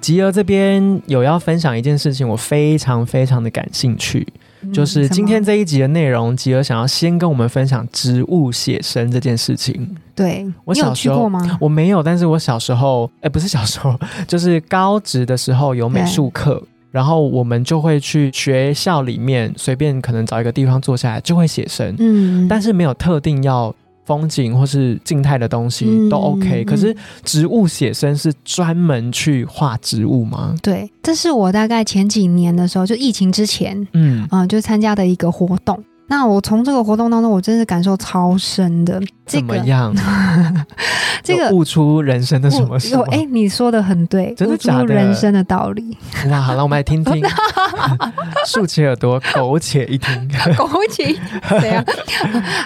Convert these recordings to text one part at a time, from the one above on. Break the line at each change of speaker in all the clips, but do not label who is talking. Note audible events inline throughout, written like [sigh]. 吉儿这边有要分享一件事情，我非常非常的感兴趣，就是今天这一集的内容，吉儿想要先跟我们分享植物写生这件事情。
对，
我
你有
小
去
时候
过吗？
我没有，但是我小时候，哎、不是小时候， [laughs] 就是高职的时候有美术课，然后我们就会去学校里面随便可能找一个地方坐下来就会写生，
嗯，
但是没有特定要风景或是静态的东西都
嗯
OK、
嗯
可是植物写生是专门去画植物吗？
对，这是我大概前几年的时候，就疫情之前，
嗯，
嗯、就参加的一个活动。那我从这个活动当中，我真是感受超深的。这
怎么
个
样？ [laughs]
这个
有悟出人生的什么
我
事吗
有？哎、你说的很对，
真的
悟出
假的
人生的道理，
[laughs] 哇，好了，我们来
[laughs]
听听，竖起耳朵，苟且一听。 [laughs]
枸杞怎样？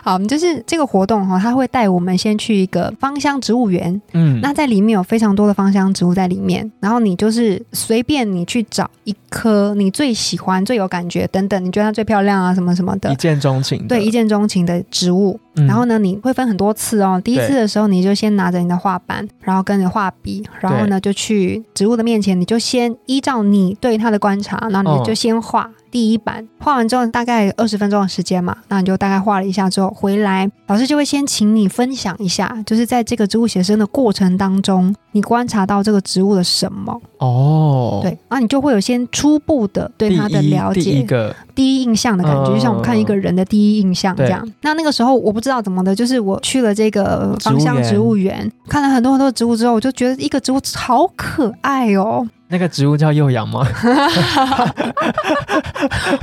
啊好，就是这个活动哈、哦，它会带我们先去一个芳香植物园，
嗯，
那在里面有非常多的芳香植物在里面，然后你就是随便你去找一棵你最喜欢、最有感觉等等，你觉得它最漂亮啊，什么什么
一
的。
见钟情的，
对一见钟情的植物，
嗯
然后呢，你会分很多次哦。第一次的时候，你就先拿着你的画板，然后跟着画笔，然后呢就去植物的面前，你就先依照你对它的观察，然
哦
后你就先画第一版。画完之后大概二十分钟的时间嘛，那你就大概画了一下之后回来，老师就会先请你分享一下，就是在这个植物写生的过程当中，你观察到这个植物的什么？
哦，
对，然后你就会有先初步的对
第
它的
一
了解。
第一个，
第一印象的感觉，
嗯
就像我们看一个人的第一印象这样。那那个时候我不知道怎么的，就是我去了这个芳香
植
植
物
物园，看了很多很多植物之后，我就觉得一个植物好可爱哦。
那个植物叫幼
[laughs]
阳吗？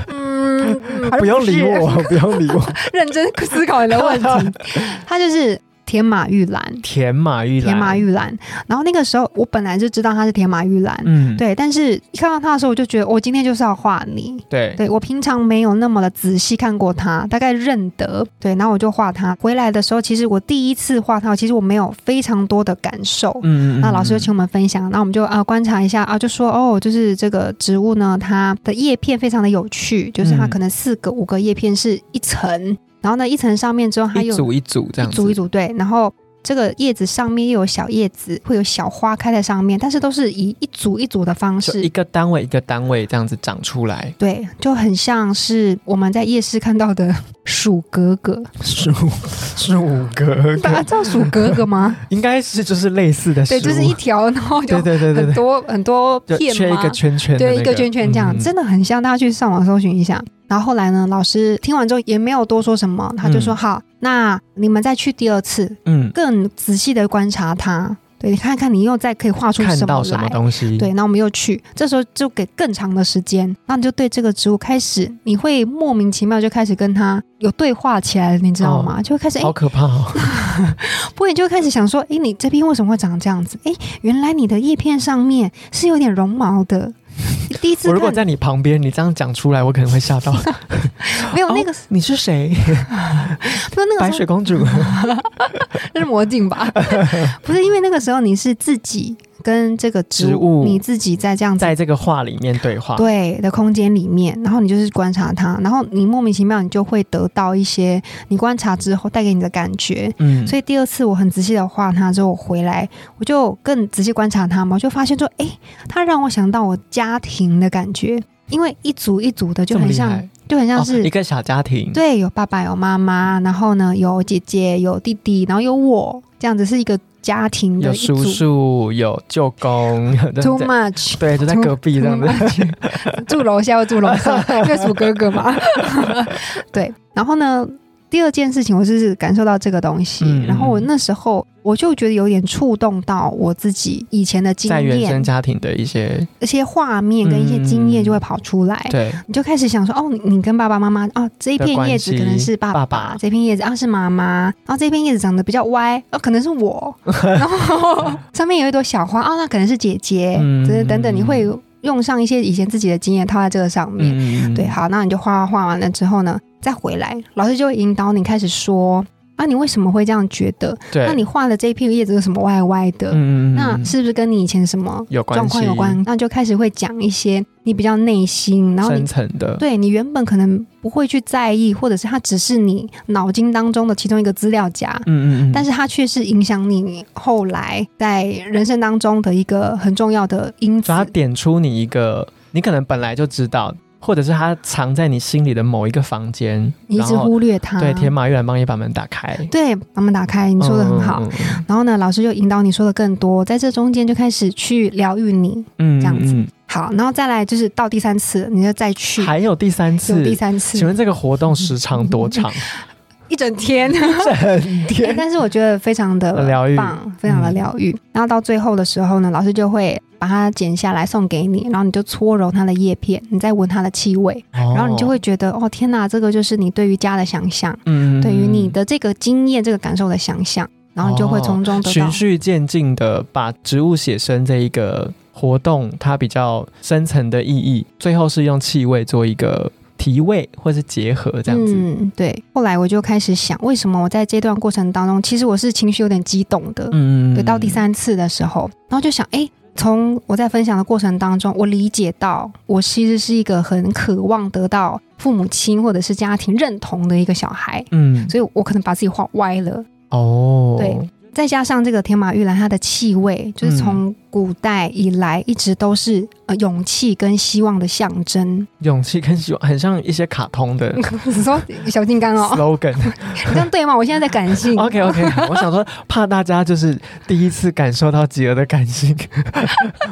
嗯，还是
不用理
是，
我，不用理我。
[laughs] 认真思考你的 [laughs] 问题。它就是天马玉兰，
田马玉兰，
天马，玉兰。然后那个时候我本来就知道它是天马玉兰，
嗯，
对，但是一看到它的时候，我就觉得我哦今天就是要画你。
对
对我平常没有那么的仔细看过它，大概认得。对，然后我就画它。回来的时候，其实我第一次画它，其实我没有非常多的感受。
嗯嗯嗯
那老师就请我们分享，那我们就啊、观察一下啊，就说哦，就是这个植物呢，它的叶片非常的有趣，就是它
嗯
可能四个五个叶片是一层，然后呢一层上面之后它
一
有
组一组这
一
样子，
组一组对，然后这个叶子上面又有小叶子，会有小花开在上面，但是都是以一组一组的方
就
式
一，个单位一个单位这样子长出来，
对，就很像是我们在夜市看到的 [laughs] 鼠格格，
数数格
大家知道鼠格格
[laughs]
吗？
应该是就是类似的，
对，就是一，条，然后就
对
很
对对对对，
多很多
就
片
缺一
嘛
个，圈圈的那，
对，一个圈圈这样，
嗯
真的很像，大家去上网搜寻一下。然后后来呢，老师听完之后也没有多说什么，他就说、
嗯
好，那你们再去第二次，
嗯，
更仔细的观察它，对，你看看你又再可以画出
看
什么
到什么
来。
东西，
对，，那我们又去，这时候就给更长的时间，那你就对这个植物开始，你会莫名其妙就开始跟它有对话起来了，你知道吗？就会开始哎
好，可怕
[laughs]
哦，
不然你就会开始想说，哎，你这边为什么会长这样子？哎，原来你的叶片上面是有点绒毛的。 [laughs] 第一次
我如果
看
在你旁边，你这样讲出来，我可能会吓
[laughs]
到，
没有那个
你是谁？
没有 [laughs] 那
哦白
个时
雪
候
公主，
那是魔镜吧？ [laughs] 不是因为那个时候你是自己跟这个植
植
物，
物
你自己在这样子
[laughs] 在这个画里面对话，
对的空间里面，然后你就是观察它，然后你莫名其妙你就会得到一些你观察之后带给你的感觉。
嗯，
所以第二次我很仔细的画它之后，我回来我就更仔细观察它嘛，我就发现说，诶，它让我想到我家庭的感觉，因为一组一组的就
这么
很
厉
像
害，
就很像是、
哦、一个小家庭，
对，有爸爸有妈妈，然后呢有姐姐有弟弟，然后有我，这样子是一个家庭的
有
一组
叔叔，有舅公，对
Too
对
much，
对，就在隔壁这样子。
[laughs] 住楼下又住楼
[laughs]
上，因为鼠哥哥嘛。 [laughs] 对，然后呢，第二件事情我就是感受到这个东西，
嗯
然后我
嗯
那时候我就觉得有点触动到我自己以前的经
在原生
验，
家庭嗯的一些
一些画面跟一些经验就会跑出来。
对
你就开始想说，哦，你你跟爸爸妈妈，哦，这一
的
片
关
叶子
系
可能是爸
爸
爸，
爸
这片叶子啊是妈妈，然后这片叶子长得比较歪，哦，可能是
[laughs]
我，然后上面有一朵小花，哦，那可能是姐姐，
嗯
等等等等，你会有用上一些以前自己的经验套在这个上面。
嗯，
对，好，那你就画画画完了之后呢，再回来，老师就会引导你开始说啊，你为什么会这样觉得？
对，
那你画的这一片叶子有什么歪歪的？
嗯嗯嗯，
那是不是跟你以前什么
有关
状况有关？那就开始会讲一些你比较内心，然后你
深层的，
对你原本可能不会去在意，或者是它只是你脑筋当中的其中一个资料夹，
嗯嗯嗯，
但
是
是它却是影响你后来在人生当中的一个很重要的因子
所以。他点出你一个，你可能本来就知道，或者是他藏在你心里的某一个房间，
你一
然
直
后
忽略它，
对天马玉兰帮你把门打开，
对，把门打开，你说的很好。
嗯，嗯嗯
然后呢，老师就引导你说的更多，在这中间就开始去疗愈你。
嗯，
这样子
嗯
好，然后再来就是到第三次，你就再去
嗯还有第三次
有，第三次
请，问这个活动时长多
[laughs]
长？
一整天。
整
欸
天。
但是我觉得非常的
疗愈嗯
棒，非常的疗愈。然后到最后的时候呢，老师就会把它剪下来送给你，然后你就搓揉它的叶片，你再闻它的气味，
然
然后你就会觉得哦天哪，这个就是你对于家的想象，
嗯哦
对于你的这个经验、这个感受的想象，然后你就会从中得到。
循序渐进的把植物写生这一个活动，它比较深层的意义，最后是用气味做一个提味或是结合这样子。
嗯，对。后来我就开始想，为什么我在这段过程当中，其实我是情绪有点激动的，
嗯
对，到第，三次的时候，然后就想，哎，从我在分享的过程当中，我理解到，我其实是一个很渴望得到父母亲或者是家庭认同的一个小孩，
嗯，
所以我可能把自己画歪了。
哦，
对，再加上这个天马玉兰，它的气味
嗯
就是从古代以来一直都是呃勇气跟希望的象征。 [laughs]
勇气跟希望很像一些卡通的
你说小金刚 [laughs] 哦， [laughs]
slogan。
你这样对吗？我现在在感性。[laughs]
OK OK，我想说，怕大家就是第一次感受到吉儿的感性， [laughs]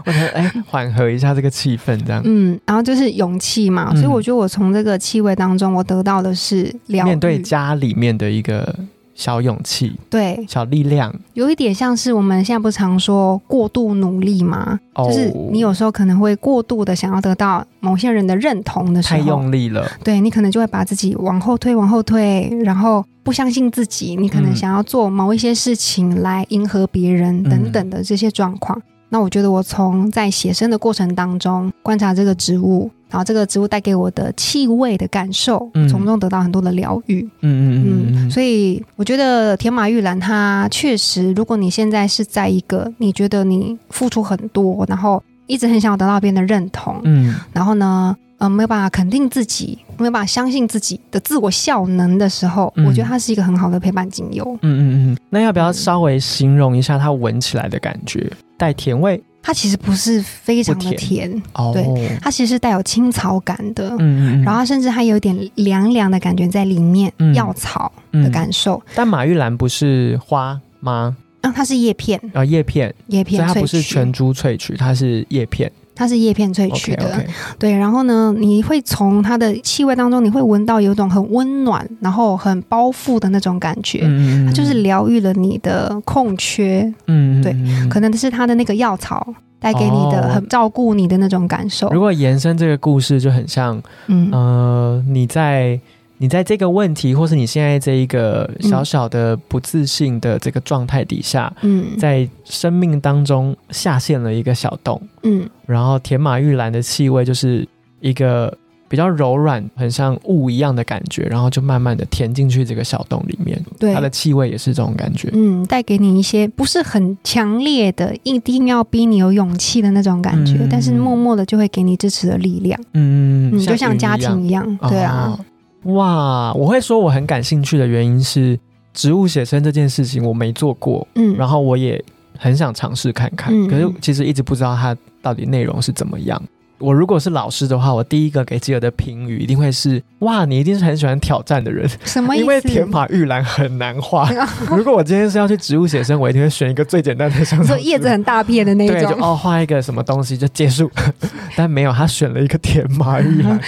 我想哎缓和一下这个气氛，这样
嗯，然后就是勇气嘛，
嗯
所以我觉得我从这个气味当中，我得到的是疗愈，
面对家里面的一个小勇气、
对，
小力量。
有一点像是我们现在不常说过度努力嘛，
哦
就是你有时候可能会过度的想要得到某些人的认同的时
太
候，
用力了，
对你可能就会把自己往后推，往后推，然后不相信自己，你可能
嗯
想要做某一些事情来迎合别人
嗯
等等的这些状况。那我觉得我从在写生的过程当中观察这个植物，然后这个植物带给我的气味的感受
嗯，
从中得到很多的疗愈。
嗯嗯嗯
嗯，
嗯，
所以我觉得天马玉兰它确实，如果你现在是在一个你觉得你付出很多，然后一直很想要得到别人的认同，
嗯，
然后呢，呃，没有办法肯定自己，没有办法相信自己的自我效能的时候，
嗯
我觉得它是一个很好的陪伴精油。
嗯嗯嗯，那要不要稍微形容一下它闻起来的感觉？带甜味
它其实不是非常的
不
甜，
哦，
对
嗯
它其实是带有青草感的，
嗯嗯，
然后它甚至还有一点凉凉的感觉在里面，
嗯
药草的
嗯
感受。
但马玉兰不是花吗？
那、它是叶片，
然后叶片，
叶
所以
嗯片
它
萃
不是
取，
全株萃取，它是叶片
它是叶片萃取
，OK
的。
OK，
对，然后呢，你会从它的气味当中，你会闻到有一种很温暖，然后很包覆的那种感觉，
嗯
它就是疗愈了你的空缺，
嗯
对，
嗯
可能是它的那个药草带给你的、
哦
很照顾你的那种感受
如。果延伸这个故事，就很像
嗯，
呃，你在你在这个问题，或是你现在这一个小小的不自信的这个状态底下，
嗯
在生命当中下陷了一个小洞，
嗯
然后甜马玉兰的气味就是一个比较柔软，很像雾一样的感觉，然后就慢慢的填进去这个小洞里面，
对
它，的气味也是这种感觉。
嗯，带给你一些不是很强烈的，一定要逼你有勇气的那种感觉，
嗯
但是默默的就会给你支持的力量。
嗯，
嗯，就像
云
家
一样
庭一样，对啊，
哦哇，我会说我很感兴趣的原因是植物写生这件事情我没做过，
嗯，
然后我也很想尝试看看，
嗯
可是其实一直不知道它到底内容是怎么样。我如果是老师的话，我第一个给基尔的评语一定会是：哇，你一定是很喜欢挑战的人，
什么意思？
因为田马玉兰很难
[laughs]
画。如果我今天是要去植物写生，我一定会选一个最简单的香
你
草
说
植物。
叶子很大片的那一
[laughs] 对，就
种，
哦画一个什么东西就结束， [laughs] 但没有，他选了一个田马玉
[laughs]
兰，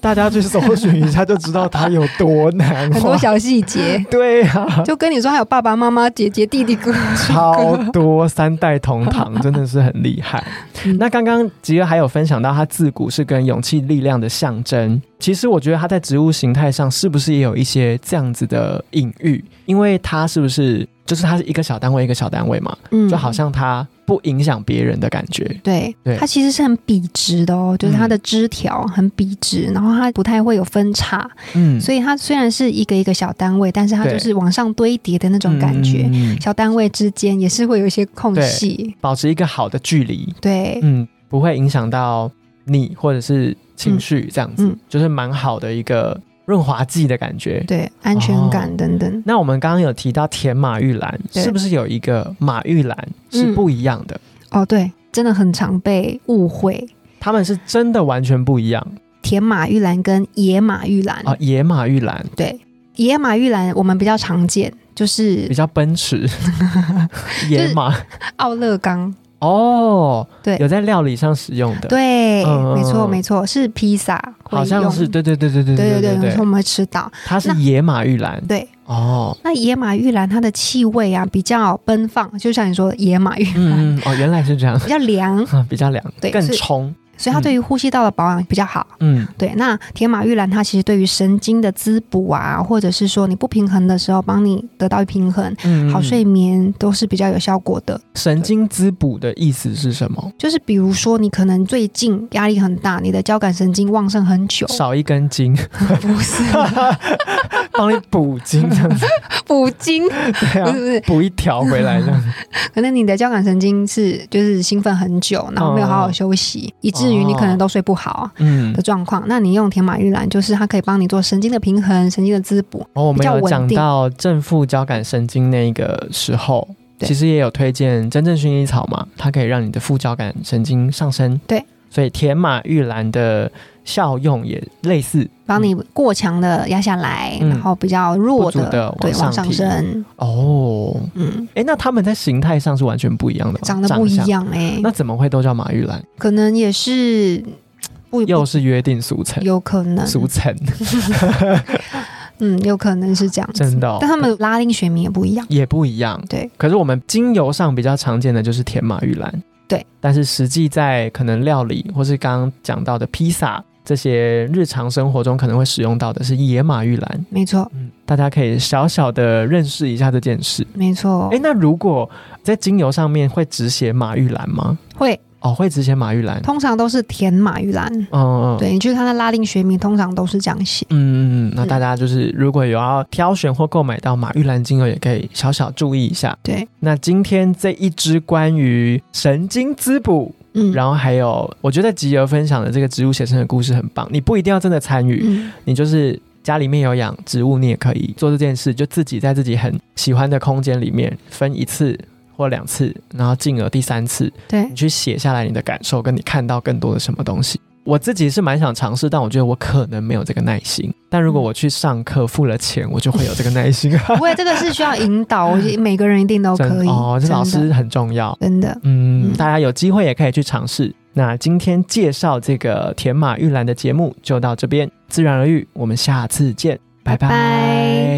大家去搜寻一下就知道它有多难
很
画。
多。小细节
[laughs] 对啊呀、
就跟你说，还有爸爸妈妈、姐姐、弟弟、哥
[laughs]
哥。
超多三代同堂，真的是很厉害。
嗯
那刚刚吉儿还有分享到，他自古是跟勇气、力量的象征。其实我觉得他在植物形态上是不是也有一些这样子的隐喻？因为它是不是就是它是一个小单位一个小单位嘛，
嗯
就好像它不影响别人的感觉。
对
对
它其实是很笔直的哦，就是它的枝条很笔直，然后它不太会有分叉，
嗯，
所以它虽然是一个一个小单位，但是它
对
就是往上堆叠的那种感觉。
嗯嗯嗯
小单位之间也是会有一些空
对
隙，
保持一个好的距离，
对，
嗯，不会影响到你或者是情绪这样子，
嗯
就是蛮好的一个润滑剂的感觉。
对，安全感
哦
等等。
那我们刚刚有提到甜马玉兰，
对嗯
是不是有一个马玉兰是不一样的？
哦，对，真的很常被误会。
它们是真的完全不一样
铁马玉兰跟野马玉兰，
啊！野马玉兰
对，野马玉兰我们比较常见， [laughs] 就是
比较奔驰，野马
奥勒冈。
哦，
对
有在料理上使用的，，
对，
嗯
没错
嗯
没错，是披萨会
好像
用
是对对对对对
对对
对嗯
对，有时候我
对，
们会吃到。
它是
那
野马玉兰
对，
哦，
那野马玉兰它的气味啊比较奔放，就像你说的野马玉兰、
嗯嗯哦，原来是这样，
[laughs] 比较凉，
啊比较凉，
对
更
所以
冲，
所以它对于呼吸道的保养比较好。
嗯
对，那铁马玉兰它其实对于神经的滋补啊，或者是说你不平衡的时候，帮你得到平衡，
嗯，
好睡眠都是比较有效果的。
神经滋补的意思是什么？
就是比如说你可能最近压力很大，你的交感神经旺盛很久，
少一根筋， [laughs]
不是
帮你补筋这样子，
补精，
对
不
啊
是，不是，
[laughs] 补一条回来这
[laughs]
样子。
可能你的交感神经是就是兴奋很久，然后没有好好休息，以至于你可能都睡不好。
哦
啊
嗯
的，状况，那你用甜马玉兰，就是它可以帮你做神经的平衡、神经的滋补。
哦，我
比
们
较
有
稳
讲
定
到正负交感神经那个时候，
对
其实也有推荐真正薰衣草嘛，它可以让你的副交感神经上升。
对，
所以铁马玉兰的效用也类似
帮你过强的压下来，
嗯
然后比较弱
不足的往
对往
上
上
提
升，
哦。
嗯，
诶，那它们在形态上是完全不一样的吗，
长得不一
相。
样哎、
那怎么会都叫马玉兰？
可能也是不
又是约定俗成，
有可能，
俗成，
[laughs] 嗯，有可能是这样子，
真的哦
但他们拉丁学名也不一样，
也不一样。
对，
可是我们精油上比较常见的就是甜马玉兰，
对。
但是实际在可能料理或是刚刚讲到的披萨这些日常生活中可能会使用到的是野马玉兰，
没错，
嗯，大家可以小小的认识一下这件事。
没错
诶，，那如果在精油上面会只写马玉兰吗？
会
哦，会只写马玉兰。
通常都是甜马玉兰，
嗯嗯，
对你去看它拉丁学名，通常都是这样写，
嗯嗯嗯，那
嗯
大家就是如果有要挑选或购买到马玉兰精油，也可以小小注意一下。
对，
那今天这一支关于神经滋补
嗯，
然
后
后还有，我觉得吉儿分享的这个植物写生的故事很棒。你不一定要真的参与，
嗯，
你就是家里面有养植物，你也可以做这件事，就自己在自己很喜欢的空间里面分一次或两次，然后进而第三次，
对
你，去写下来你的感受，跟你看到更多的什么东西。我自己是蛮想尝试，但我觉得我可能没有这个耐心。但如果
嗯
我去上课付了钱，我就会有这个耐心。啊
不会，这个是需要引
[laughs]
导，我觉得每个人一定都
真
可以，
哦，这
真
老
的
师很重要。
真的，
嗯，
嗯
大家有机会也可以去尝试。那今天介绍这个田马玉兰的节目就到这边，自然而愈，我们下次见，拜
拜拜